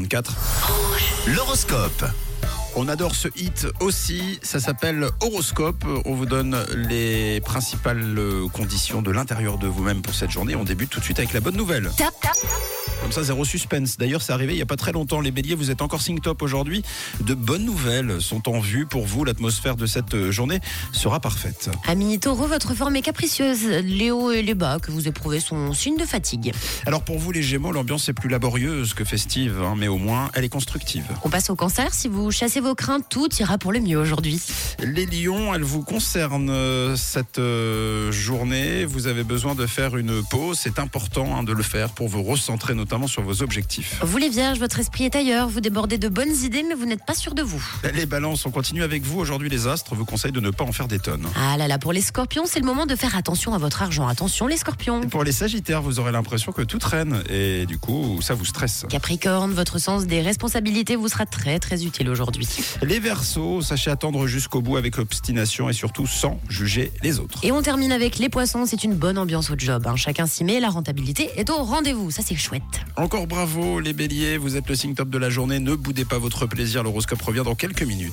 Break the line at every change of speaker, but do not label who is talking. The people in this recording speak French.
2024.
L'horoscope.
On adore ce hit aussi, ça s'appelle Horoscope. On vous donne les principales euh, conditions de l'intérieur de vous-même pour cette journée. On débute tout de suite avec la bonne nouvelle.
Tap, tap.
Comme ça, zéro suspense. D'ailleurs, c'est arrivé il n'y a pas très longtemps. Les béliers, vous êtes encore sing top aujourd'hui. De bonnes nouvelles sont en vue pour vous. L'atmosphère de cette journée sera parfaite.
Amis taureaux, votre forme est capricieuse. Les hauts et les bas que vous éprouvez sont signes de fatigue.
Alors pour vous, les gémeaux, l'ambiance est plus laborieuse que festive, hein, mais au moins, elle est constructive.
On passe au cancer. Si vous chassez vos craintes, tout ira pour le mieux aujourd'hui.
Les lions, elle vous concerne euh, cette euh, journée. Vous avez besoin de faire une pause. C'est important hein, de le faire pour vous recentrer notamment sur vos objectifs.
Vous les vierges, votre esprit est ailleurs. Vous débordez de bonnes idées, mais vous n'êtes pas sûr de vous.
Les balances, on continue avec vous. Aujourd'hui, les astres vous conseillent de ne pas en faire des tonnes.
Ah là là, pour les scorpions, c'est le moment de faire attention à votre argent. Attention les scorpions.
Pour les sagittaires, vous aurez l'impression que tout traîne et du coup, ça vous stresse.
Capricorne, votre sens des responsabilités vous sera très très utile aujourd'hui.
Les versos, sachez attendre jusqu'au bout avec obstination et surtout sans juger les autres.
Et on termine avec les poissons, c'est une bonne ambiance au job. hein. Chacun s'y met, la rentabilité est au rendez-vous, ça c'est chouette.
Encore bravo les béliers, vous êtes le signe top de la journée. Ne boudez pas votre plaisir, l'horoscope revient dans quelques minutes.